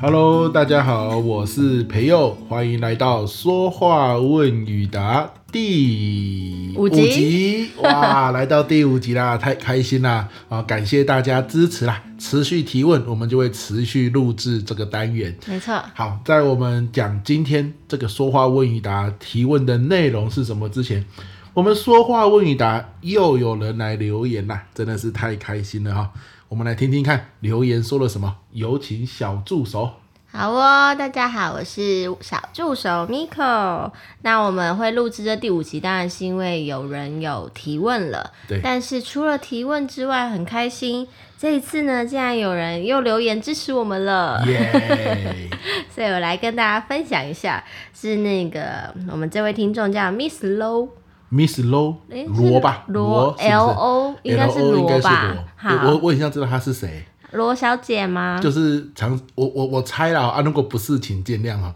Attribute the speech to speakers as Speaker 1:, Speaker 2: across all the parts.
Speaker 1: Hello，大家好，我是培佑，欢迎来到说话问与答第
Speaker 2: 五集
Speaker 1: 哇，来到第五集啦，太开心啦！啊，感谢大家支持啦，持续提问，我们就会持续录制这个单元。
Speaker 2: 没错，
Speaker 1: 好，在我们讲今天这个说话问与答提问的内容是什么之前，我们说话问与答又有人来留言啦，真的是太开心了哈、我们来听听看留言说了什么，有请小助手。
Speaker 2: 好哦，大家好，我是小助手 Miko。那我们会录制这第五集，当然是因为有人有提问了。
Speaker 1: 对
Speaker 2: 但是除了提问之外，很开心，这一次呢，竟然有人又留言支持我们了。
Speaker 1: 耶！
Speaker 2: 所以我来跟大家分享一下，是那个我们这位听众叫 Miss Low，
Speaker 1: Miss Low
Speaker 2: 诶是
Speaker 1: 罗吧，
Speaker 2: 罗
Speaker 1: 罗是不是
Speaker 2: L O 应该是
Speaker 1: LO 应该
Speaker 2: 罗
Speaker 1: 是
Speaker 2: 吧
Speaker 1: 罗？我我
Speaker 2: 好，
Speaker 1: 我很想知道他是谁，
Speaker 2: 罗小姐吗？
Speaker 1: 就是常我我我猜啦啊，如果不是请见谅哦，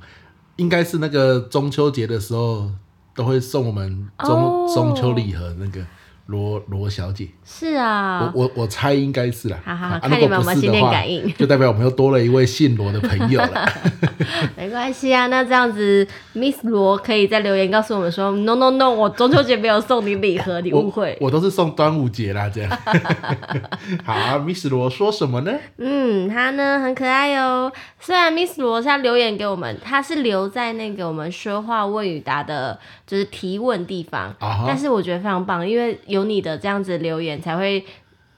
Speaker 1: 应该是那个中秋节的时候都会送我们中、
Speaker 2: 哦
Speaker 1: 中秋礼盒那个罗罗小姐，
Speaker 2: 是啊，
Speaker 1: 我我我猜应该是啦，
Speaker 2: 好好好
Speaker 1: 啊
Speaker 2: 看
Speaker 1: 如
Speaker 2: 你
Speaker 1: 果
Speaker 2: 们有
Speaker 1: 不
Speaker 2: 没有
Speaker 1: 是
Speaker 2: 心
Speaker 1: 的
Speaker 2: 电
Speaker 1: 话
Speaker 2: 感应
Speaker 1: 就代表我们又多了一位姓罗的朋友了。
Speaker 2: 没关系啊，那这样子，Miss 罗可以在留言告诉我们说，No No No，我中秋节没有送你礼盒，你误会。
Speaker 1: 我，我都是送端午节啦，这样。 好啊，Miss 罗说什么呢？
Speaker 2: 嗯，他呢很可爱哦。虽然 Miss 罗是他留言给我们，他是留在那个我们说话问与答的，就是提问地方。
Speaker 1: 啊哈
Speaker 2: 但是我觉得非常棒，因为有你的这样子留言，才会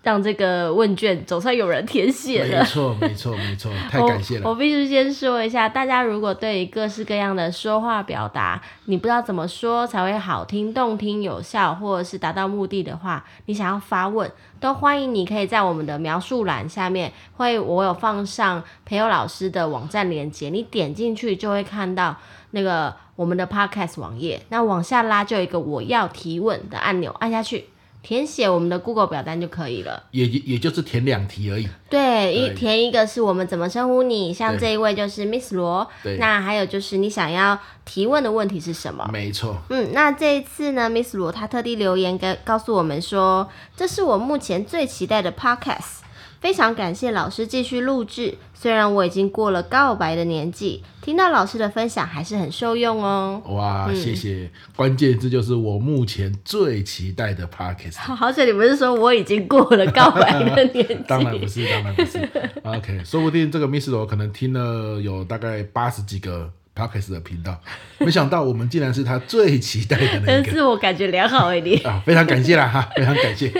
Speaker 2: 让这个问卷总算有人填写了
Speaker 1: 没。错，没错，没错，太感谢
Speaker 2: 我。
Speaker 1: 了。
Speaker 2: 我必须先说一下，大家如果对于各式各样的说话表达，你不知道怎么说才会好听、动听、有效，或者是达到目的的话，你想要发问，都欢迎你可以在我们的描述栏下面会，我有放上培友老师的网站连接，你点进去就会看到那个我们的 podcast 网页，那往下拉就有一个我要提问的按钮，按下去。填写我们的 Google 表单就可以了。
Speaker 1: 也也也就是填两题而已。
Speaker 2: 对，一
Speaker 1: 对
Speaker 2: 填一个是我们怎么称呼你，像
Speaker 1: 对
Speaker 2: 这一位就是 Miss 罗
Speaker 1: 对，
Speaker 2: 那还有就是你想要提问的问题是什么？
Speaker 1: 没错，
Speaker 2: 嗯，那这一次呢，Miss 罗她特地留言跟告诉我们说，这是我目前最期待的 Podcast，非常感谢老师继续录制。虽然我已经过了告白的年纪，听到老师的分享还是很受用哦。
Speaker 1: 哇，谢谢。关键字就是我目前最期待的 podcast。
Speaker 2: 好险，你不是说我已经过了告白的年纪？
Speaker 1: 当然不是，当然不是。OK，说不定这个 Miss 罗可能听了有大概八十几个 podcast 的频道，没想到我们竟然是他最期待的那一
Speaker 2: 真
Speaker 1: 个。
Speaker 2: 是我感觉良好哎、你。
Speaker 1: 啊，非常感谢啦哈，非常感 谢。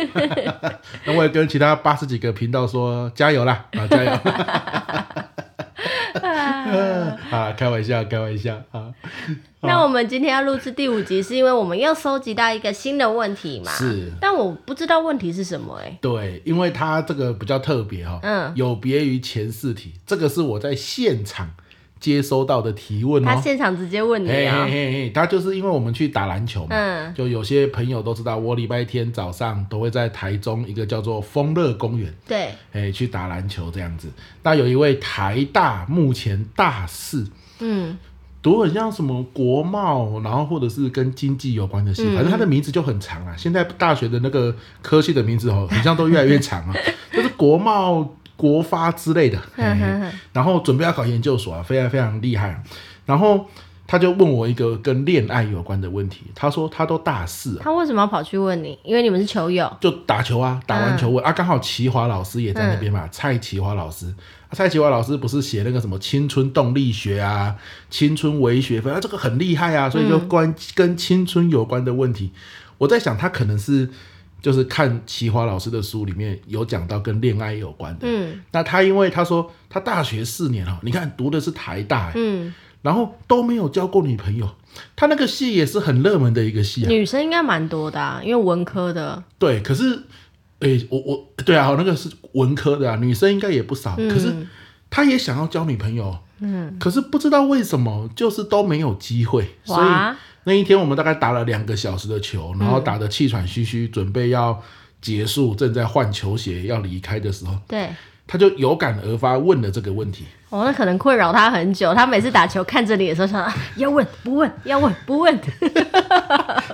Speaker 1: 那我也跟其他八十几个频道说加油啦啊， 加油！啊，开玩笑，开玩笑啊，
Speaker 2: 那我们今天要录制第五集，是因为我们又收集到一个新的问题嘛？
Speaker 1: 是
Speaker 2: 但我不知道问题是什么哎、
Speaker 1: 对，因为它这个比较特别哈、哦，
Speaker 2: 嗯
Speaker 1: 有别于前四题，这个是我在现场接收到的提问
Speaker 2: 他
Speaker 1: 哦。
Speaker 2: 现场直接问你
Speaker 1: 嘿
Speaker 2: 啊、
Speaker 1: 嘿嘿嘿，他就是因为我们去打篮球嘛，
Speaker 2: 嗯
Speaker 1: 就有些朋友都知道，我礼拜天早上都会在台中一个叫做丰乐公园，
Speaker 2: 对，
Speaker 1: 哎、去打篮球这样子。那有一位台大目前大四，
Speaker 2: 嗯，
Speaker 1: 读很像什么国贸，然后或者是跟经济有关的系，反正他
Speaker 2: 嗯
Speaker 1: 的名字就很长啊。现在大学的那个科系的名字哦，很像都越来越长 啊，就是国贸、国发之类的。嘿
Speaker 2: 嗯
Speaker 1: 嘿然后准备要考研究所啊，非常非常厉害啊、然后他就问我一个跟恋爱有关的问题，他说他都大四啊，
Speaker 2: 他为什么要跑去问你？因为你们是球友，
Speaker 1: 就打球啊，打完
Speaker 2: 嗯
Speaker 1: 球问、啊，刚好齐华老师也在那边嘛，蔡齐华老师，啊、蔡齐华老师不是写那个什么青春动力学啊、青春微学分啊，这个很厉害
Speaker 2: 嗯
Speaker 1: 啊，所以就关、跟青春有关的问题，我在想他可能是就是看齐华老师的书里面有讲到跟恋爱有关的，
Speaker 2: 嗯
Speaker 1: 那他因为他说他大学四年啊，你看读的是台大、欸
Speaker 2: 嗯，
Speaker 1: 然后都没有交过女朋友，他那个戏也是很热门的一个戏啊，
Speaker 2: 女生应该蛮多的、啊，因为文科的，
Speaker 1: 对，可是，诶、我我对啊，那个是文科的啊，女生应该也不少。可是
Speaker 2: 嗯
Speaker 1: 他也想要交女朋友，
Speaker 2: 嗯，
Speaker 1: 可是不知道为什么，就是都没有机会。所以
Speaker 2: 哇，嗯
Speaker 1: 那一天我们大概打了两个小时的球，然后打得气喘吁吁，准备要结束，正在换球鞋要离开的时候，
Speaker 2: 对，
Speaker 1: 他就有感而发问了这个问题。
Speaker 2: 哦，那可能困扰他很久。他每次打球看着你的时候想，啊 要问不问，要问不问，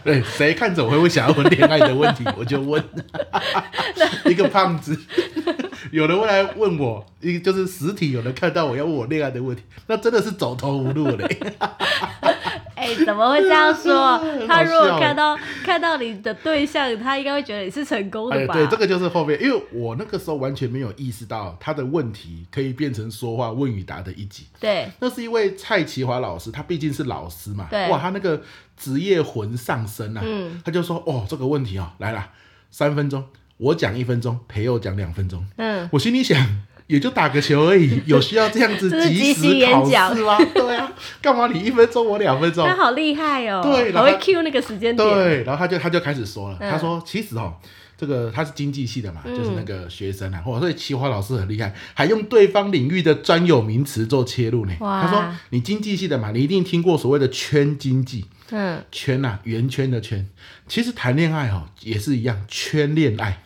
Speaker 1: 对，哎谁 看着我会想要问恋爱的问题，我就问一个胖子，有人会来问我，一就是实体有人看到我要问我恋爱的问题，那真的是走投无路嘞。？
Speaker 2: 哎、怎么会这样说 他如
Speaker 1: 好笑
Speaker 2: 果
Speaker 1: 哎
Speaker 2: 看到看到你的对象，他应该会觉得你是成功的
Speaker 1: 哎，
Speaker 2: 吧？
Speaker 1: 对，这个就是后面，因为我那个时候完全没有意识到他的问题可以变成说话问与答的一集。
Speaker 2: 对
Speaker 1: 那是因为蔡奇华老师，他毕竟是老师嘛，
Speaker 2: 对
Speaker 1: 哇，他那个职业魂上身啊，
Speaker 2: 嗯
Speaker 1: 他就说哦，这个问题哦，来啦，三分钟，我讲一分钟，培佑讲两分钟，
Speaker 2: 嗯，
Speaker 1: 我心里想。也就打个球而已，有需要这 样子
Speaker 2: 这是
Speaker 1: 即
Speaker 2: 即
Speaker 1: 时
Speaker 2: 兴
Speaker 1: 考
Speaker 2: 演讲
Speaker 1: 试吗？ 对啊，干嘛你一分钟我两分钟
Speaker 2: 他？好厉害哦，
Speaker 1: 对然
Speaker 2: 好
Speaker 1: 后
Speaker 2: 会 Q 那个时间点，
Speaker 1: 对，然后他就他就开始说了，
Speaker 2: 嗯
Speaker 1: 他说其实哦，这个他是经济系的嘛，就是那个学生啊，哇，所以齐华老师很厉害，还用对方领域的专有名词做切入呢。
Speaker 2: 哇
Speaker 1: 他说你经济系的嘛，你一定听过所谓的圈经济。
Speaker 2: 嗯，
Speaker 1: 圈啊，圆圈的圈，其实谈恋爱哦也是一样，圈恋爱。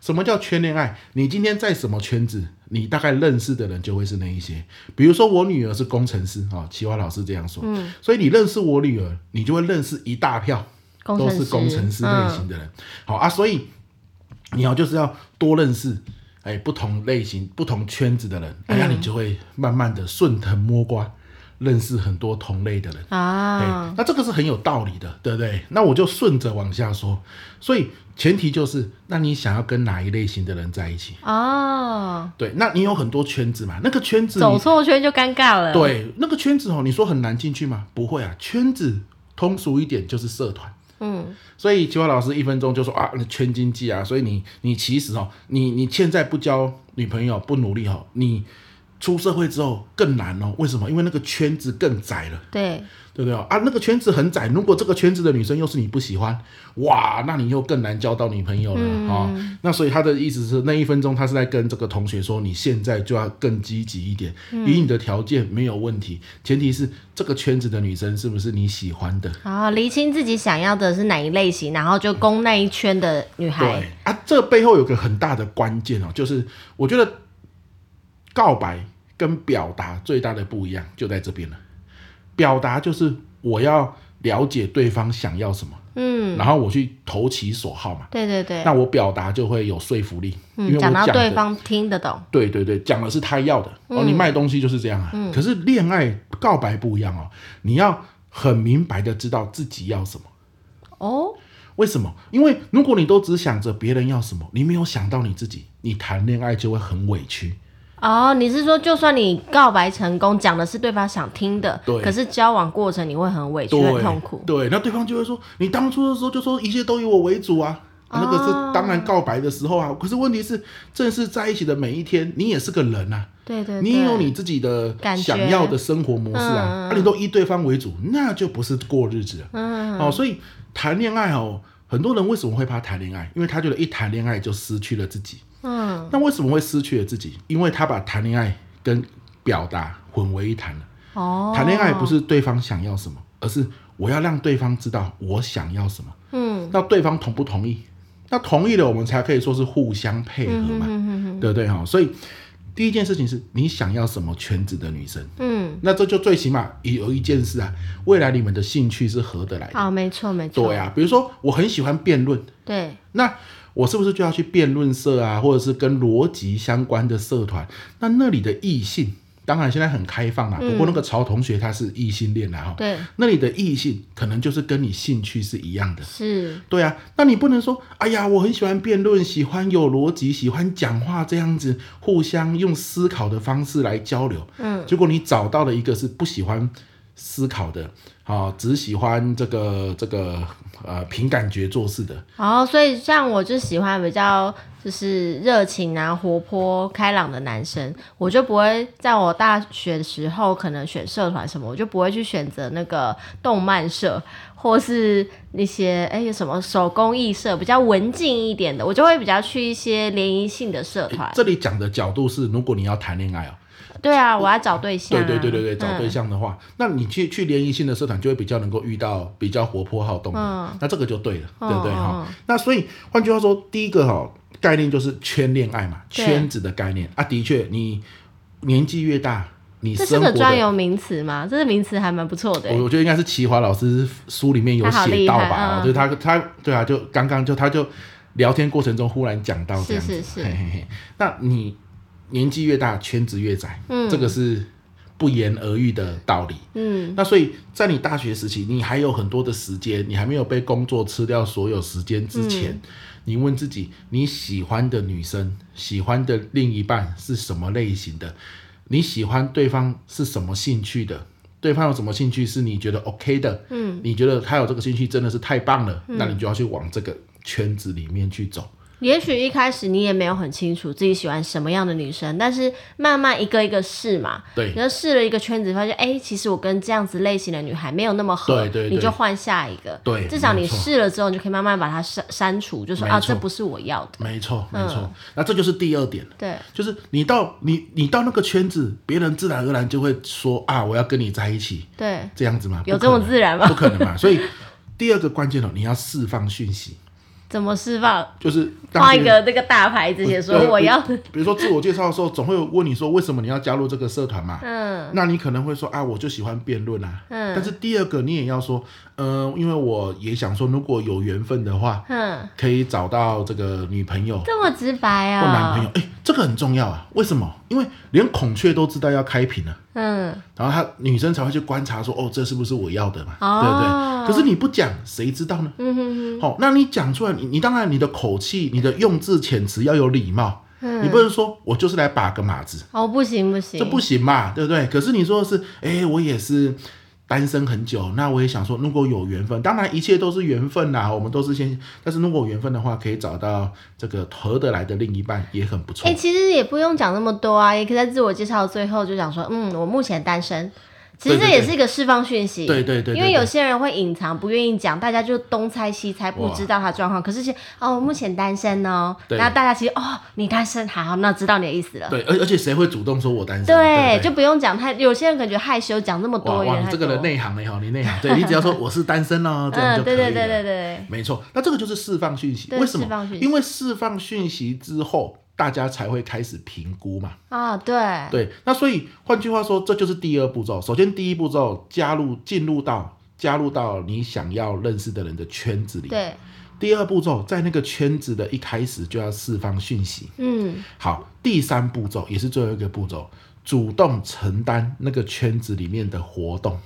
Speaker 1: 什么叫圈恋爱？你今天在什么圈子，你大概认识的人就会是那一些。比如说我女儿是工程师啊，齐、华老师这样说，
Speaker 2: 嗯
Speaker 1: 所以你认识我女儿，你就会认识一大票
Speaker 2: 工
Speaker 1: 都
Speaker 2: 程师嗯
Speaker 1: 是工程师类型的人。好啊，所以你要就是要多认识。哎，不同类型、不同圈子的人，哎
Speaker 2: 嗯
Speaker 1: 呀，你就会慢慢的顺藤摸瓜，认识很多同类的人。对
Speaker 2: 啊，，
Speaker 1: 哎那这个是很有道理的，对不对？那我就顺着往下说，所以前提就是，那你想要跟哪一类型的人在一起？
Speaker 2: 哦，
Speaker 1: 对，那你有很多圈子嘛，那个圈子你
Speaker 2: 走错圈就尴尬了，，
Speaker 1: 对那个圈子哦，你说很难进去吗？不会啊，圈子通俗一点就是社团。
Speaker 2: 嗯，
Speaker 1: 所以奇华老师一分钟就说啊，那圈经济啊，所以你你其实哦，你你现在不交女朋友不努力哦，你出社会之后更难哦。为什么？因为那个圈子更窄了。
Speaker 2: 对，
Speaker 1: 对不对啊？那个圈子很窄，如果这个圈子的女生又是你不喜欢，哇，那你又更难交到女朋友了啊、哦那所以他的意思是，那一分钟他是在跟这个同学说，你现在就要更积极一点，以你的条件没有问题，前提是这个圈子的女生是不是你喜欢的？
Speaker 2: 好，厘清自己想要的是哪一类型，然后就攻那一圈的女
Speaker 1: 对
Speaker 2: 孩，
Speaker 1: 啊，这背后有个很大的关键哦，就是我觉得告白跟表达最大的不一样就在这边了。表达就是我要了解对方想要什么。
Speaker 2: 嗯，
Speaker 1: 然后我去投其所好嘛，
Speaker 2: 对对对，
Speaker 1: 那我表达就会有说服力，因为
Speaker 2: 嗯，
Speaker 1: 我
Speaker 2: 讲
Speaker 1: 讲的
Speaker 2: 到对方嗯听得懂，
Speaker 1: 对对对，讲的是他要的、哦，你卖东西就是这样啊。
Speaker 2: 嗯
Speaker 1: 可是恋爱告白不一样哦，你要很明白的知道自己要什么。
Speaker 2: 哦，
Speaker 1: 为什么？因为如果你都只想着别人要什么，你没有想到你自己，你谈恋爱就会很委屈。
Speaker 2: 哦，你是说，就算你告白成功，讲的是对方想听的，
Speaker 1: 对
Speaker 2: 可是交往过程你会很委屈、
Speaker 1: 对，
Speaker 2: 很痛苦。
Speaker 1: 对，那对方就会说，你当初的时候就说一切都以我为主啊。啊那个是当然告白的时候啊，可是问题是，正式在一起的每一天，你也是个人啊，
Speaker 2: 对对对，
Speaker 1: 你也有你自己的
Speaker 2: 感觉
Speaker 1: 想要的生活模式啊，
Speaker 2: 嗯
Speaker 1: 啊，你都依对方为主，那就不是过日子了。
Speaker 2: 嗯，
Speaker 1: 哦，所以谈恋爱哦，很多人为什么会怕谈恋爱？因为他觉得一谈恋爱就失去了自己。
Speaker 2: 嗯，
Speaker 1: 那为什么会失去了自己？因为他把谈恋爱跟表达混为一谈了。
Speaker 2: 哦，
Speaker 1: 谈恋爱不，是对方想要什么，而是我要让对方知道我想要什么。
Speaker 2: 嗯
Speaker 1: 那对方同不同意？那同意了，我们才可以说是互相配合
Speaker 2: 嗯
Speaker 1: 嘛，对不对哈？所以第一件事情是你想要什么圈子的女生，
Speaker 2: 嗯，
Speaker 1: 那这就最起码也有一件事啊，未来你们的兴趣是合得来的。
Speaker 2: 好，没错没错，
Speaker 1: 对啊，比如说我很喜欢辩论，
Speaker 2: 对
Speaker 1: 那我是不是就要去辩论社啊，或者是跟逻辑相关的社团？那那里的异性，当然现在很开放啦、啊不过那个曹同学他是异性恋啊啦哈，
Speaker 2: 嗯对
Speaker 1: 那里的异性可能就是跟你兴趣是一样的。
Speaker 2: 是，
Speaker 1: 对啊，那你不能说，哎呀，我很喜欢辩论，喜欢有逻辑，喜欢讲话这样子，互相用思考的方式来交流。
Speaker 2: 嗯，
Speaker 1: 结果你找到了一个是不喜欢思考的，啊，只喜欢这个这个呃凭感觉做事的。
Speaker 2: 哦，所以像我就喜欢比较就是热情啊、活泼、开朗的男生，我就不会在我大学的时候可能选社团什么，我就不会去选择那个动漫社或是那些哎、有什么手工艺社，比较文静一点的，我就会比较去一些联谊性的社团。
Speaker 1: 这里讲的角度是，如果你要谈恋爱哦，
Speaker 2: 对啊，我要找对象、
Speaker 1: 对
Speaker 2: 啊。
Speaker 1: 对对对对，找对
Speaker 2: 象。
Speaker 1: 象的话，那你去去联谊性的社团，就会比较能够遇到比较活泼好动的，
Speaker 2: 嗯
Speaker 1: 那这个就对了，
Speaker 2: 嗯
Speaker 1: 对不对哈、
Speaker 2: 嗯嗯
Speaker 1: 那所以换句话说，第一个哈、概念就是圈恋爱嘛，
Speaker 2: 对
Speaker 1: 圈子的概念啊，的确，你年纪越大，你
Speaker 2: 这
Speaker 1: 生
Speaker 2: 是
Speaker 1: 活
Speaker 2: 个专
Speaker 1: 的。
Speaker 2: 有名词吗？这个名词还蛮不错的欸、
Speaker 1: 我我觉得应该是齐华老师书里面有
Speaker 2: 他好
Speaker 1: 写
Speaker 2: 厉
Speaker 1: 到
Speaker 2: 害
Speaker 1: 吧，
Speaker 2: 嗯
Speaker 1: 就是他他对啊，就刚刚就他就聊天过程中忽然讲到这样子，
Speaker 2: 是是是
Speaker 1: 嘿嘿嘿。那你年纪越大，圈子越窄，
Speaker 2: 嗯
Speaker 1: 这个是不言而喻的道理。
Speaker 2: 嗯，
Speaker 1: 那所以在你大学时期，你还有很多的时间，你还没有被工作吃掉所有时间之前，
Speaker 2: 嗯
Speaker 1: 你问自己你喜欢的女生、喜欢的另一半是什么类型的，你喜欢对方是什么兴趣的。对方有什么兴趣是你觉得 OK 的，嗯，你觉得他有这个兴趣真的是太棒了，
Speaker 2: 嗯
Speaker 1: 那你就要去往这个圈子里面去走。
Speaker 2: 也许一开始你也没有很清楚自己喜欢什么样的女生，但是慢慢一个一个试嘛，
Speaker 1: 对
Speaker 2: 然后试了一个圈子，发现哎、诶其实我跟这样子类型的女孩没有那么合，
Speaker 1: 对对对
Speaker 2: 你就换下一个，
Speaker 1: 对
Speaker 2: 至少
Speaker 1: 没
Speaker 2: 你
Speaker 1: 错
Speaker 2: 试了之后，你就可以慢慢把它删删除，就说
Speaker 1: 没
Speaker 2: 啊，
Speaker 1: 错
Speaker 2: 这不是我要的，
Speaker 1: 没错，
Speaker 2: 嗯
Speaker 1: 没错。那这就是第二点了。
Speaker 2: 对，
Speaker 1: 就是你到你你到那个圈子，别人自然而然就会说啊，我要跟你在一起，
Speaker 2: 对，
Speaker 1: 这样子吗？
Speaker 2: 有
Speaker 1: 不可能
Speaker 2: 这么自然吗
Speaker 1: 不可能嘛。所以第二个关键哦，你要释放讯息，
Speaker 2: 怎么释放？
Speaker 1: 就是当
Speaker 2: 画一
Speaker 1: 别人
Speaker 2: 个那个大牌子，写说
Speaker 1: 对
Speaker 2: 我
Speaker 1: 比
Speaker 2: 要，
Speaker 1: 比如说自我介绍的时候，总会有问你说为什么你要加入这个社团嘛？
Speaker 2: 嗯
Speaker 1: 那你可能会说啊，我就喜欢辩论啊。
Speaker 2: 嗯
Speaker 1: 但是第二个你也要说，嗯、因为我也想说，如果有缘分的话，
Speaker 2: 哼，
Speaker 1: 可以找到这个女朋友
Speaker 2: 嗯这么直白
Speaker 1: 或男
Speaker 2: 啊、
Speaker 1: 朋友，哎、这个很重要啊。为什么？因为连孔雀都知道要开屏了、
Speaker 2: 嗯，
Speaker 1: 然后她女生才会去观察说，哦，这是不是我要的嘛？
Speaker 2: 哦
Speaker 1: 对不对？可是你不讲，谁知道呢？
Speaker 2: 嗯哼哼，
Speaker 1: 好、那你讲出来，你你当然你的口气、你的用字遣词要有礼貌，
Speaker 2: 嗯
Speaker 1: 你不能说我就是来把个码子，
Speaker 2: 哦，不行不行，
Speaker 1: 这不行嘛，对不对？可是你说的是，哎、我也是。单身很久，那我也想说，如果有缘分，当然一切都是缘分啦，我们都是先。但是如果有缘分的话，可以找到这个合得来的另一半，也很不错。
Speaker 2: 哎、其实也不用讲那么多啊，也可以在自我介绍的最后就讲说，嗯，我目前单身。其实
Speaker 1: 对
Speaker 2: 这
Speaker 1: 对
Speaker 2: 也
Speaker 1: 对
Speaker 2: 是一个释放讯息，
Speaker 1: 对对对对
Speaker 2: 因为
Speaker 1: 对
Speaker 2: 有些人会隐藏，不愿意讲，大家就东猜西猜，不
Speaker 1: 哇
Speaker 2: 知道他状况。可是其实哦，我目前单身哦，
Speaker 1: 对
Speaker 2: 那大家其实哦，你单身，好，那知道你的意思了。
Speaker 1: 对，而而且谁会主动说我单身？
Speaker 2: 对，
Speaker 1: 对不对
Speaker 2: 就不用讲太，有些人可能觉得害羞，讲那么
Speaker 1: 哇
Speaker 2: 多，有
Speaker 1: 哇，
Speaker 2: 点
Speaker 1: 你
Speaker 2: 太
Speaker 1: 这个
Speaker 2: 多
Speaker 1: 人内行了哈，你内行，对你只要说我是单身 哦，这样
Speaker 2: 嗯，
Speaker 1: 就可以
Speaker 2: 对
Speaker 1: 了。
Speaker 2: 对对对对，
Speaker 1: 没错，那这个就是释放讯息。
Speaker 2: 对
Speaker 1: 为什
Speaker 2: 释放
Speaker 1: 么
Speaker 2: 讯？息
Speaker 1: 因为释放讯息之后，大家才会开始评估嘛。
Speaker 2: 啊，对，
Speaker 1: 对，那所以换句话说，这就是第二步骤。首先，第一步骤加入进入到加入到你想要认识的人的圈子里。
Speaker 2: 对，
Speaker 1: 第二步骤，在那个圈子的一开始就要释放讯息。
Speaker 2: 嗯，
Speaker 1: 好，第三步骤也是最后一个步骤，主动承担那个圈子里面的活动。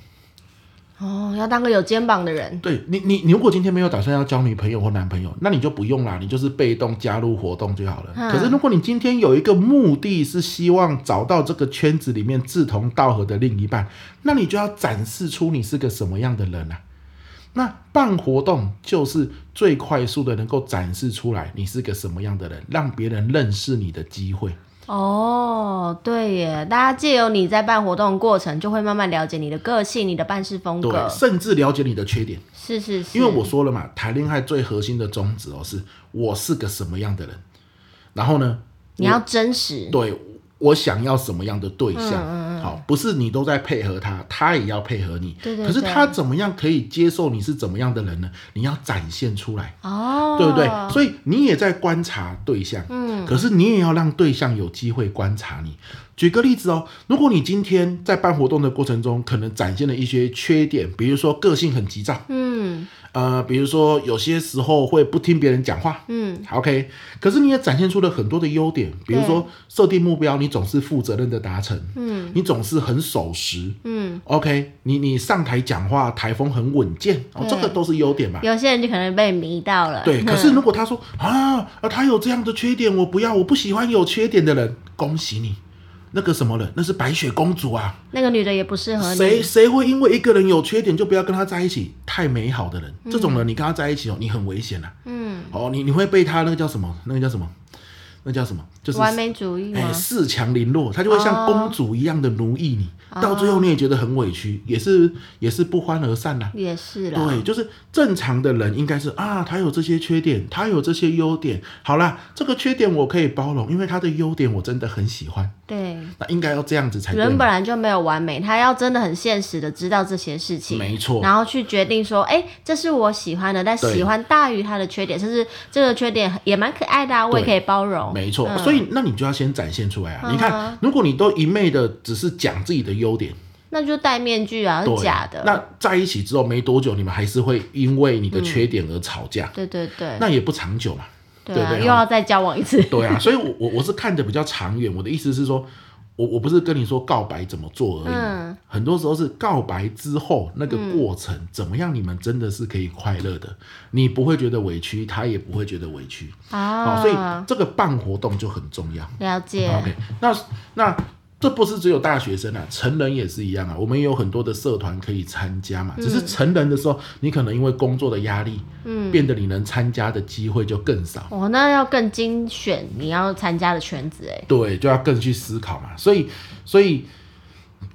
Speaker 2: 哦，要当个有肩膀的人，
Speaker 1: 对你，你你如果今天没有打算要交女朋友或男朋友，那你就不用啦，你就是被动加入活动就好了。
Speaker 2: 嗯
Speaker 1: 可是如果你今天有一个目的是希望找到这个圈子里面志同道合的另一半，那你就要展示出你是个什么样的人啊。那办活动就是最快速的能够展示出来你是个什么样的人，让别人认识你的机会。
Speaker 2: 哦，对耶，大家借由你在办活动的过程，就会慢慢了解你的个性、你的办事风格
Speaker 1: 对，。甚至了解你的缺点，
Speaker 2: 是是是，
Speaker 1: 因为我说了嘛，谈恋爱最核心的宗旨哦，是我是个什么样的人，然后呢，
Speaker 2: 你要真实，
Speaker 1: 对我想要什么样的对象，
Speaker 2: 嗯
Speaker 1: 好，不是你都在配合他，他也要配合你，
Speaker 2: 对对
Speaker 1: 可是
Speaker 2: 对
Speaker 1: 他怎么样可以接受你是怎么样的人呢？你要展现出来，
Speaker 2: 哦，
Speaker 1: 对不对？所以你也在观察对象，嗯，可是你也要让对象有机会观察你。举个例子哦，如果你今天在办活动的过程中，可能展现了一些缺点，比如说个性很急躁，
Speaker 2: 嗯
Speaker 1: 呃，比如说有些时候会不听别人讲话，
Speaker 2: 嗯，
Speaker 1: OK，可是你也展现出了很多的优点，比如说设定目标，你总是负责任的达成，
Speaker 2: 嗯，
Speaker 1: 你总是很守时
Speaker 2: 嗯，
Speaker 1: ，OK，你你上台讲话，台风很稳健，哦，
Speaker 2: 对
Speaker 1: 这个都是优点吧。
Speaker 2: 有些人就可能被迷到了，
Speaker 1: 对，
Speaker 2: 嗯
Speaker 1: 可是如果他说啊啊，他有这样的缺点，我不要，我不喜欢有缺点的人，恭喜你，那个什么人，那是白雪公主啊，
Speaker 2: 那个女的也不适合
Speaker 1: 谁
Speaker 2: 你，
Speaker 1: 谁会因为一个人有缺点就不要跟他在一起？太美好的人，这种人你跟他在一起哦，你很危险啊。
Speaker 2: 嗯，
Speaker 1: 哦，你你会被他那个叫什么？那个叫什么？那叫什么？就是
Speaker 2: 完美主义
Speaker 1: 哎
Speaker 2: 吗？
Speaker 1: 恃强凌弱，他就会像公主一样的奴役你，
Speaker 2: 哦
Speaker 1: 到最后你也觉得很委屈，也是也是不欢而散啦、啊
Speaker 2: 也是啦，
Speaker 1: 对，就是正常的人应该是啊，他有这些缺点，他有这些优点。好啦，这个缺点我可以包容，因为他的优点我真的很喜欢。
Speaker 2: 对，
Speaker 1: 那应该要这样子才哎对啊
Speaker 2: 人
Speaker 1: 嘛。
Speaker 2: 本来就没有完美，他要真的很现实的知道这些事情，
Speaker 1: 没错
Speaker 2: 然后去决定说，哎、这是我喜欢的，但
Speaker 1: 对
Speaker 2: 喜欢大于他的缺点，甚至这个缺点也蛮可爱的、啊，我也可以包容。
Speaker 1: 没错，
Speaker 2: 嗯
Speaker 1: 所以那你就要先展现出来啊！你
Speaker 2: 嗯
Speaker 1: 看，如果你都一昧的只是讲自己的优点，
Speaker 2: 那就戴面具啊，
Speaker 1: 对
Speaker 2: 是假的。
Speaker 1: 那在一起之后没多久，你们还是会因为你的缺点而吵架，
Speaker 2: 嗯对对对，
Speaker 1: 那也不长久嘛。
Speaker 2: 对啊，
Speaker 1: 对对
Speaker 2: 又要再交往一次。
Speaker 1: 对 啊，所以我我我是看的比较长远。我的意思是说，我我不是跟你说告白怎么做而已，
Speaker 2: 嗯
Speaker 1: 很多时候是告白之后那个过程、怎么样，你们真的是可以快乐的，你不会觉得委屈，他也不会觉得委屈。
Speaker 2: 啊，
Speaker 1: 好、所以这个办活动就很重要。
Speaker 2: 了解，
Speaker 1: OK，那那这不是只有大学生啊，成人也是一样啊。我们也有很多的社团可以参加嘛，只是成人的时候，你可能因为工作的压力，
Speaker 2: 嗯，
Speaker 1: 变得你能参加的机会就更少。
Speaker 2: 哦，那要更精选你要参加的圈子哎，
Speaker 1: 对，就要更去思考嘛。所以，所以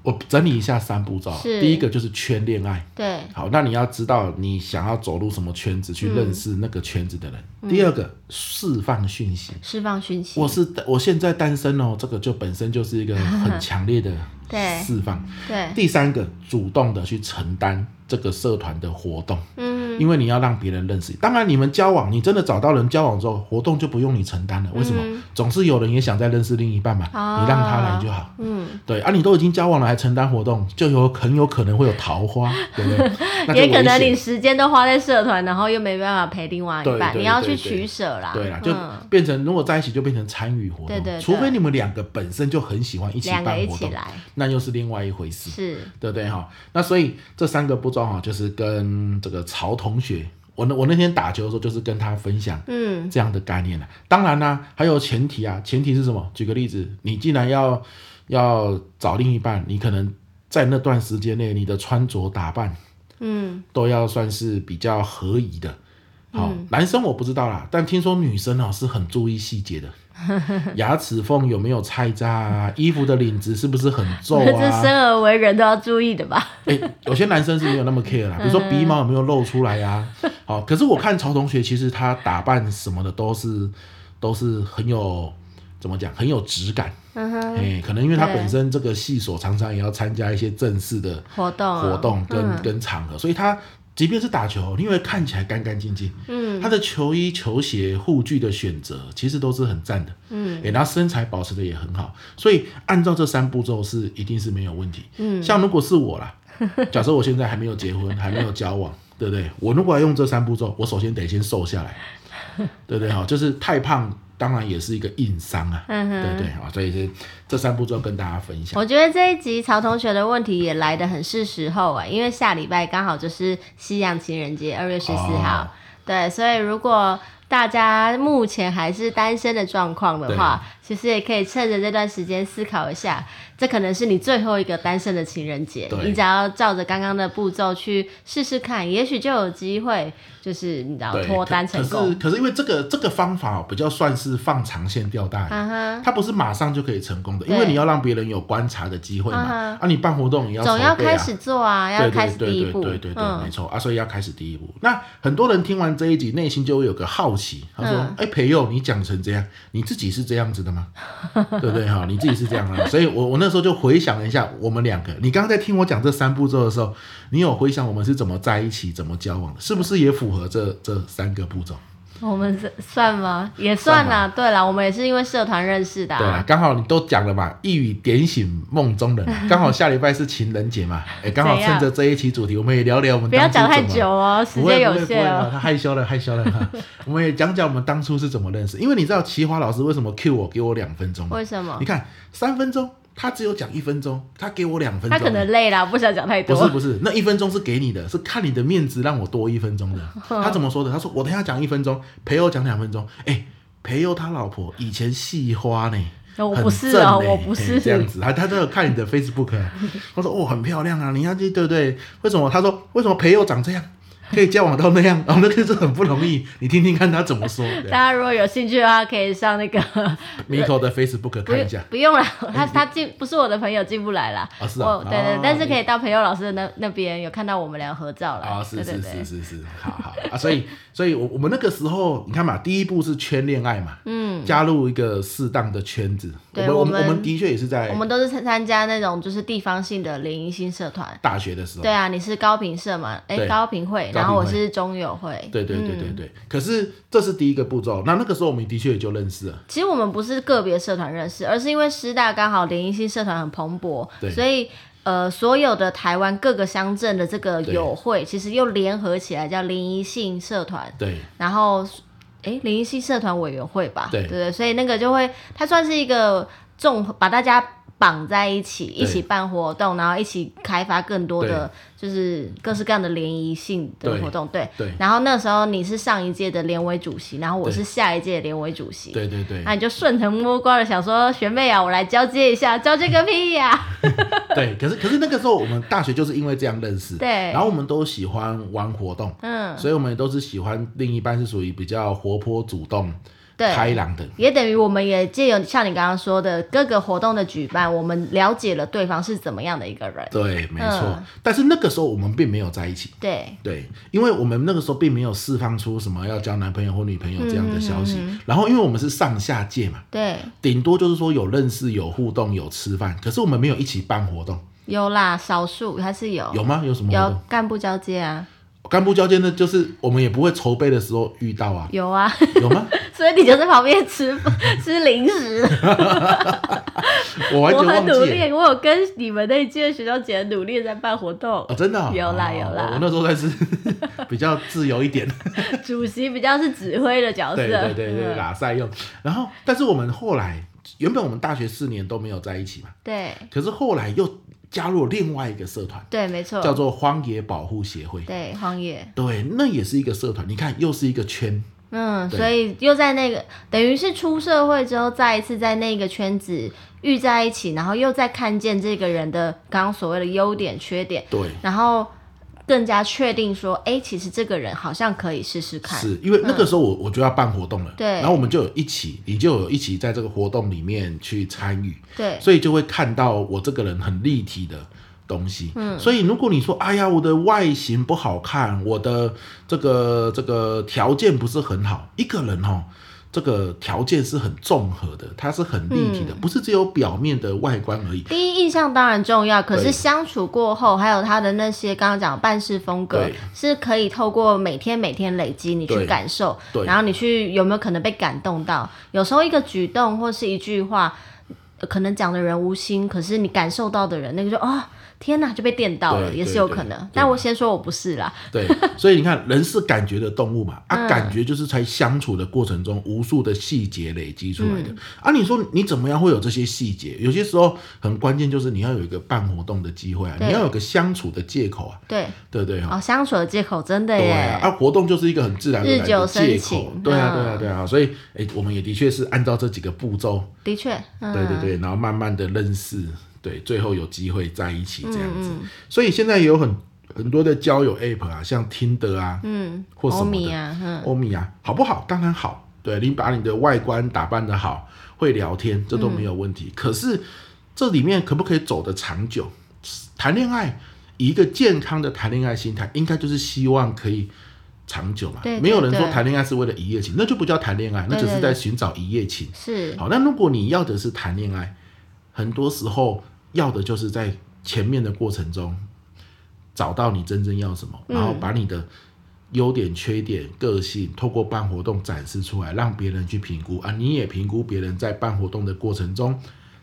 Speaker 1: 我整理一下三步骤啊。
Speaker 2: 是
Speaker 1: 第一个就是圈恋爱，
Speaker 2: 对，
Speaker 1: 好，那你要知道你想要走入什么圈子，去
Speaker 2: 嗯
Speaker 1: 认识那个圈子的人。第二个，释放讯息。
Speaker 2: 释放讯息
Speaker 1: 我，是我现在单身哦，这个就本身就是一个 很强烈的
Speaker 2: 对
Speaker 1: 释放。
Speaker 2: 对，
Speaker 1: 第三个，主动的去承担这个社团的活动，
Speaker 2: 嗯，
Speaker 1: 因为你要让别人认识你。当然，你们交往，你真的找到人交往之后，活动就不用你承担了。为什么？总是有人也想再认识另一半嘛，
Speaker 2: 嗯哦
Speaker 1: 你让他来就好。
Speaker 2: 嗯，
Speaker 1: 对啊，你都已经交往了，还承担活动，就有很有可能会有桃花，对不 对？那就
Speaker 2: 也可
Speaker 1: 危
Speaker 2: 能
Speaker 1: 险
Speaker 2: 你时间都花在社团，然后又没办法陪另外一
Speaker 1: 对
Speaker 2: 半，
Speaker 1: 对
Speaker 2: 你要去
Speaker 1: 对
Speaker 2: 取舍啦，
Speaker 1: 对啦，就
Speaker 2: 嗯，
Speaker 1: 变成如果在一起就变成参与活动，
Speaker 2: 对对对
Speaker 1: 除非你们两个本身就很喜欢一起
Speaker 2: 两
Speaker 1: 办
Speaker 2: 个一
Speaker 1: 活
Speaker 2: 起
Speaker 1: 动，嗯
Speaker 2: 来，
Speaker 1: 那又是另外一回事。
Speaker 2: 是，
Speaker 1: 对不对哈？那所以这三个步骤哈，就是跟这个曹同学，我那我那天打球的时候，就是跟他分享
Speaker 2: 嗯，
Speaker 1: 这样的概念了、啊当然啦、还有前提啊，前提是什么？举个例子，你既然要要找另一半，你可能在那段时间内，你的穿着打扮
Speaker 2: 嗯，
Speaker 1: 都要算是比较合宜的。好，男生我不知道啦，但听说女生啊是很注意细节的，牙齿缝有没有菜渣啊，衣服的领子是不是很 皱
Speaker 2: 这
Speaker 1: 啊？
Speaker 2: 生而为人都要注意的吧？
Speaker 1: 哎、有些男生是没有那么 care 啦，
Speaker 2: 嗯
Speaker 1: 比如说鼻毛有没有露出来 呀、啊？好，可是我看曹同学，其实他打扮什么的都是都是很有怎么讲，很有质感。
Speaker 2: 嗯
Speaker 1: 哎、
Speaker 2: 哼，
Speaker 1: 可能因为他
Speaker 2: 对
Speaker 1: 本身这个系所常常也要参加一些正式的
Speaker 2: 活动啊
Speaker 1: 活动跟、
Speaker 2: 嗯
Speaker 1: 跟场合，所以他即便是打球，你会看起来干干净净。
Speaker 2: 嗯
Speaker 1: 他的球衣、球鞋、护具的选择，其实都是很赞的。
Speaker 2: 嗯，
Speaker 1: 诶，然后身材保持的也很好，所以按照这三步骤是一定是没有问题。
Speaker 2: 嗯，
Speaker 1: 像如果是我啦，假设我现在还没有结婚，还没有交往，对不对？我如果要用这三步骤，我首先得先瘦下来，对不对？哈，就是太胖，当然也是一个硬伤啊，
Speaker 2: 嗯
Speaker 1: 对不对？啊，所以是这三步骤跟大家分享。
Speaker 2: 我觉得这一集曹同学的问题也来得很是时候啊，因为下礼拜刚好就是西洋情人节，二月十四号。
Speaker 1: 哦
Speaker 2: 对，所以如果大家目前还是单身的状况的话，其实也可以趁着这段时间思考一下，这可能是你最后一个单身的情人节。
Speaker 1: 对
Speaker 2: 你只要照着刚刚的步骤去试试看，也许就有机会，就是你知道
Speaker 1: 对，
Speaker 2: 脱单
Speaker 1: 可
Speaker 2: 成
Speaker 1: 可是
Speaker 2: 功。
Speaker 1: 可是因为这个这个方法哦比较算是放长线钓大鱼，
Speaker 2: 啊哈，
Speaker 1: 它不是马上就可以成功的，因
Speaker 2: 对
Speaker 1: 为你要让别人有观察的机会嘛。
Speaker 2: 啊
Speaker 1: 啊，你办活动也要筹
Speaker 2: 总
Speaker 1: 备
Speaker 2: 要
Speaker 1: 啊，
Speaker 2: 开始做啊，要
Speaker 1: 对
Speaker 2: 开
Speaker 1: 对
Speaker 2: 始
Speaker 1: 对
Speaker 2: 第一
Speaker 1: 对
Speaker 2: 步。
Speaker 1: 对对对，没
Speaker 2: 嗯，
Speaker 1: 错啊，所以要开始第一步。那很多人听完这一集，内心就会有个好奇，他说
Speaker 2: 嗯：“
Speaker 1: 哎，培佑，你讲成这样，你自己是这样子的吗？ 对不对？哈，你自己是这样的。”所以我我那时候就回想了一下，我们两个，你刚刚在听我讲这三步骤的时候，你有回想我们是怎么在一起、怎么交往的，是不是也符合这这三个步骤？
Speaker 2: 我们是算吗？也算
Speaker 1: 算
Speaker 2: 啦。对啦，我们也是因为社团认识的、
Speaker 1: 对啊，
Speaker 2: 啊。
Speaker 1: 刚好你都讲了嘛，一语点醒梦中人。刚好下礼拜是情人节嘛，哎，刚好
Speaker 2: 怎
Speaker 1: 趁
Speaker 2: 样
Speaker 1: 着这一期主题，我们也聊聊我们
Speaker 2: 不要
Speaker 1: 当初
Speaker 2: 讲太
Speaker 1: 怎么
Speaker 2: 久哦，时
Speaker 1: 不会
Speaker 2: 间
Speaker 1: 不会
Speaker 2: 有
Speaker 1: 不会
Speaker 2: 限
Speaker 1: 啊
Speaker 2: 哦。
Speaker 1: 他害羞了，害羞了。 哈我们也讲讲我们当初是怎么认识，因为你知道齐华老师为什么 Q 我给我两分钟吗？
Speaker 2: 为什么
Speaker 1: 你？看三分钟，他只有讲一分钟，他给我两分钟。
Speaker 2: 他可能累啦，不想讲 太
Speaker 1: 不
Speaker 2: 多。
Speaker 1: 是不是，那一分钟是给你的，是看你的面子让我多一分钟 的。他怎么说的？他说我等一下讲一分钟，培佑讲两分钟。哎、培佑他老婆以前戏花呢。
Speaker 2: 我
Speaker 1: 很
Speaker 2: 不是
Speaker 1: 正
Speaker 2: 哦
Speaker 1: 欸
Speaker 2: 我不
Speaker 1: 欸
Speaker 2: 是
Speaker 1: 这样子，他他都有看你的 Facebook，啊 他说哦很漂亮啊，你要去对不对？为什么？他说为什么培佑长这样，可以交往到那样，然后那个是很不容易，你听听看他怎么 说。
Speaker 2: 大家如果有兴趣的话，可以上 那个
Speaker 1: Miko 的 Facebook
Speaker 2: 不
Speaker 1: 看
Speaker 2: 用
Speaker 1: 一下，哎
Speaker 2: 不用啦，他他进不是我的朋友进不来啦。
Speaker 1: 啊是啊
Speaker 2: 我对对，
Speaker 1: 哦
Speaker 2: 但是可以到朋友老师的那那边有看到我们俩合照了。
Speaker 1: 啊，是
Speaker 2: 对对
Speaker 1: 是是
Speaker 2: 对
Speaker 1: 是是，好好啊，所以所以我我们那个时候，你看嘛，第一步是圈恋爱嘛，
Speaker 2: 嗯，
Speaker 1: 加入一个适当的圈子。
Speaker 2: 对
Speaker 1: 我
Speaker 2: 我
Speaker 1: 们
Speaker 2: 们
Speaker 1: 我们的确也是在
Speaker 2: 我们都是参参加那种就是地方性的联谊新社团。
Speaker 1: 大学的时候
Speaker 2: 对，啊，你是高频社嘛？哎，
Speaker 1: 对
Speaker 2: 高频会，
Speaker 1: 高
Speaker 2: 然后我
Speaker 1: 频会
Speaker 2: 是中友会。
Speaker 1: 对对对对
Speaker 2: 嗯。
Speaker 1: 对。可是这是第一个步骤，那那个时候我们的确也就认识了。
Speaker 2: 其实我们不是个别社团认识，而是因为师大刚好联谊性社团很蓬勃，
Speaker 1: 对
Speaker 2: 所以呃，所有的台湾各个乡镇的这个友会，其实又联合起来叫联谊性社团，
Speaker 1: 对
Speaker 2: 然后诶灵异系社团委员会吧，
Speaker 1: 对
Speaker 2: 对对，所以那个就会，它算是一个综合，把大家绑在一起，一起办活动，然后一起开发更多的就是各式各样的联谊性的
Speaker 1: 对
Speaker 2: 活动，对。
Speaker 1: 对
Speaker 2: 然后那时候你是上一届的联委主席，然后我
Speaker 1: 对
Speaker 2: 是下一届的联委主席，
Speaker 1: 对对对
Speaker 2: 那你就顺藤摸瓜的想说，学妹啊，我来交接一下，交接个屁呀、
Speaker 1: 对。可是可是那个时候我们大学就是因为这样认识，
Speaker 2: 对
Speaker 1: 然后我们都喜欢玩活动，
Speaker 2: 嗯，
Speaker 1: 所以我们都是喜欢另一半是属于比较活泼、主动、
Speaker 2: 对
Speaker 1: 开朗的。
Speaker 2: 也等于我们也借由像你刚刚说的各个活动的举办，我们了解了对方是怎么样的一个人。
Speaker 1: 对，没错。
Speaker 2: 嗯
Speaker 1: 但是那个时候我们并没有在一起，
Speaker 2: 对，
Speaker 1: 对，因为我们那个时候并没有释放出什么要交男朋友或女朋友这样的消
Speaker 2: 嗯
Speaker 1: 息。然后，因为我们是上下届嘛，
Speaker 2: 对，
Speaker 1: 顶多就是说有认识、有互动、有吃饭，可是我们没有一起办活动，
Speaker 2: 有啦，少数还是有
Speaker 1: 有吗？有什么活
Speaker 2: 有
Speaker 1: 动？
Speaker 2: 干部交接啊，
Speaker 1: 干部交接呢，就是我们也不会筹备的时候遇到啊，
Speaker 2: 有啊，
Speaker 1: 有吗？
Speaker 2: 所以你就在旁边吃吃零食。
Speaker 1: 我完
Speaker 2: 我
Speaker 1: 全
Speaker 2: 很
Speaker 1: 忘
Speaker 2: 努
Speaker 1: 记了。
Speaker 2: 力，我有跟你们那一届的学校姐努力地在办活动
Speaker 1: 哦，。真的哦、
Speaker 2: 有啦
Speaker 1: 哦
Speaker 2: 有啦
Speaker 1: 我我那时候算是 比较自由一点，
Speaker 2: 主席比较是指挥的角色，
Speaker 1: 对对对对，
Speaker 2: 嗯
Speaker 1: 拉塞用。然后，但是我们后来，原本我们大学四年都没有在一起嘛，
Speaker 2: 对
Speaker 1: 可是后来又加入另外一个社团，
Speaker 2: 对，没错，
Speaker 1: 叫做荒野保护协会。
Speaker 2: 对荒野。
Speaker 1: 对，那也是一个社团，你看又是一个圈，
Speaker 2: 嗯，
Speaker 1: 对
Speaker 2: 所以又在那个等于是出社会之后，再一次在那个圈子遇在一起，然后又再看见这个人的刚刚所谓的优点、缺点，
Speaker 1: 对，
Speaker 2: 然后更加确定说，哎、其实这个人好像可以试试看。嗯
Speaker 1: 是因为那个时候我、我就要办活动了，
Speaker 2: 对
Speaker 1: 然后我们就有一起，你就有一起在这个活动里面去参与，
Speaker 2: 对，
Speaker 1: 所以就会看到我这个人很立体的东西。嗯，所以如果你说，哎呀，我的外形不好看，我的这个这个条件不是很好，一个人哦。这个条件是很综合的，它是很立体的，
Speaker 2: 嗯
Speaker 1: 不是只有表面的外观而已。
Speaker 2: 第一印象当然重要，可是
Speaker 1: 对
Speaker 2: 相处过后，还有他的那些刚刚讲的办事风格
Speaker 1: 对，
Speaker 2: 是可以透过每天每天累积，你去
Speaker 1: 对
Speaker 2: 感受，
Speaker 1: 对
Speaker 2: 然后你去有没有可能被感动到？有时候一个举动或是一句话，呃可能讲的人无心，可是你感受到的人，那个就哦。天呐，就被电到了，
Speaker 1: 对
Speaker 2: 也是
Speaker 1: 对
Speaker 2: 有
Speaker 1: 对
Speaker 2: 可能
Speaker 1: 对。
Speaker 2: 但我先说我不是啦，
Speaker 1: 对， 所以你看，人是感觉的动物嘛，啊，
Speaker 2: 嗯
Speaker 1: 感觉就是在相处的过程中，无数的细节累积出
Speaker 2: 嗯
Speaker 1: 来的。啊，你说你怎么样会有这些细节？有些时候很关键，就是你要有一个办活动的机会啊，
Speaker 2: 对
Speaker 1: 你要有个相处的借口啊，
Speaker 2: 对，
Speaker 1: 对不对哈？
Speaker 2: 哦，相处的借口真的
Speaker 1: 对
Speaker 2: 耶，
Speaker 1: 啊，啊，活动就是一个很自然而然
Speaker 2: 日久
Speaker 1: 的借
Speaker 2: 生
Speaker 1: 口
Speaker 2: 情，
Speaker 1: 对啊，对啊，
Speaker 2: 嗯
Speaker 1: 对啊，所以，哎，我们也的确是按照这几个步骤，
Speaker 2: 的确，嗯，
Speaker 1: 对对对，然后慢慢的认识，对，最后有机会在一起这样子。
Speaker 2: 嗯
Speaker 1: 所以现在也有很很多的交友 App 啊，像听的啊，
Speaker 2: 嗯，
Speaker 1: 或什
Speaker 2: 欧
Speaker 1: 么
Speaker 2: 米
Speaker 1: 的
Speaker 2: 啊，嗯，
Speaker 1: 欧米啊，好不好？当然好。对你把你的外观打扮的好，会聊天，这都没有问题。
Speaker 2: 嗯
Speaker 1: 可是这里面可不可以走得长久？谈恋爱以一个健康的谈恋爱心态，应该就是希望可以长久嘛。
Speaker 2: 对对
Speaker 1: 没有人说
Speaker 2: 对
Speaker 1: 谈恋爱是为了一夜情，那就不叫谈恋爱，那
Speaker 2: 对
Speaker 1: 只
Speaker 2: 对
Speaker 1: 是
Speaker 2: 对
Speaker 1: 在寻找一夜情。
Speaker 2: 是，
Speaker 1: 好，那如果你要的是谈恋爱，很多时候要的就是在前面的过程中找到你真正要什么，
Speaker 2: 嗯
Speaker 1: 然后把你的优点、缺点、个性透过办活动展示出来，让别人去评估啊，你也评估别人在办活动的过程中。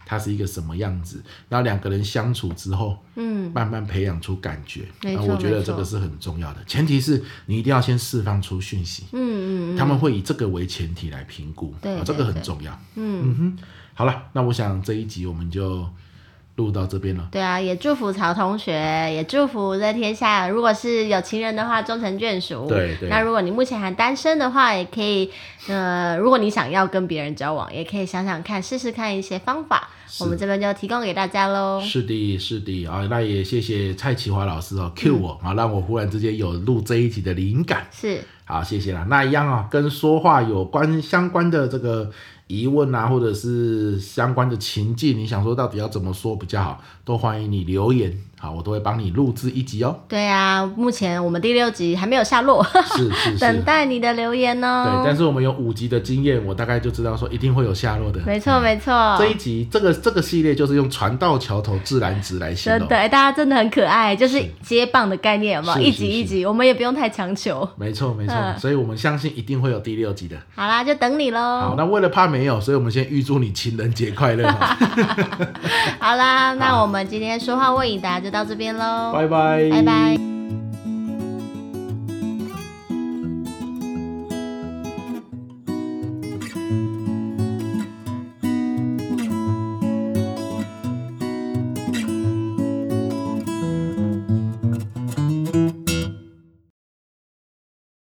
Speaker 1: 他是一个什么样子？然后两个人相处之后，
Speaker 2: 嗯，
Speaker 1: 慢慢培养出感觉。
Speaker 2: 没
Speaker 1: 那
Speaker 2: 错
Speaker 1: 我觉
Speaker 2: 没
Speaker 1: 得
Speaker 2: 错
Speaker 1: 这个是很重要的，前提是你一定要先释放出讯息。
Speaker 2: 嗯嗯
Speaker 1: 他们会以这个为前提来评估，
Speaker 2: 对
Speaker 1: 啊，
Speaker 2: 对
Speaker 1: 这个很
Speaker 2: 对
Speaker 1: 重要。
Speaker 2: 嗯。
Speaker 1: 好了，那我想这一集我们就录到这边了。
Speaker 2: 对啊，也祝福曹同学，也祝福在天下。如果是有情人的话，终成眷属。
Speaker 1: 对对
Speaker 2: 那如果你目前还单身的话，也可以，呃，如果你想要跟别人交往，也可以想想看，试试看一些方法。我们这边就提供给大家喽。
Speaker 1: 是的，是的啊、那也谢谢蔡启华老师哦，Q
Speaker 2: 嗯
Speaker 1: 我啊、让我忽然之间有录这一集的灵感。
Speaker 2: 是，
Speaker 1: 好，谢谢啦。那一样啊、跟说话有关相关的这个疑问啊，或者是相关的情境，你想说到底要怎么说比较好，都欢迎你留言，好，我都会帮你录制一集 哦。
Speaker 2: 对啊，目前我们第六集还没有下落，
Speaker 1: 是是
Speaker 2: 等
Speaker 1: 是。
Speaker 2: 待你的留言
Speaker 1: 对，但
Speaker 2: 哦。
Speaker 1: 是我们有五集的经验，我大概就知道说一定会有下落的。
Speaker 2: 没错没错
Speaker 1: 嗯这，一集这个这个系列就是用船到桥头自然直来形
Speaker 2: 真
Speaker 1: 容
Speaker 2: 的，。哎，大家真的很可爱，就是接棒的概念，有没有？
Speaker 1: 哦是
Speaker 2: 一
Speaker 1: 是
Speaker 2: 集一
Speaker 1: 是
Speaker 2: 集，我们也不用太强求。
Speaker 1: 没错，没错，
Speaker 2: 嗯
Speaker 1: 所以我们相信一定会有第六集的。
Speaker 2: 好啦，就等你喽。
Speaker 1: 好，那为了怕没有，所以我们先预祝你情人节快 乐，
Speaker 2: 好啦，那我们今天说话问答就到这边喽，
Speaker 1: 拜拜，
Speaker 2: 拜拜。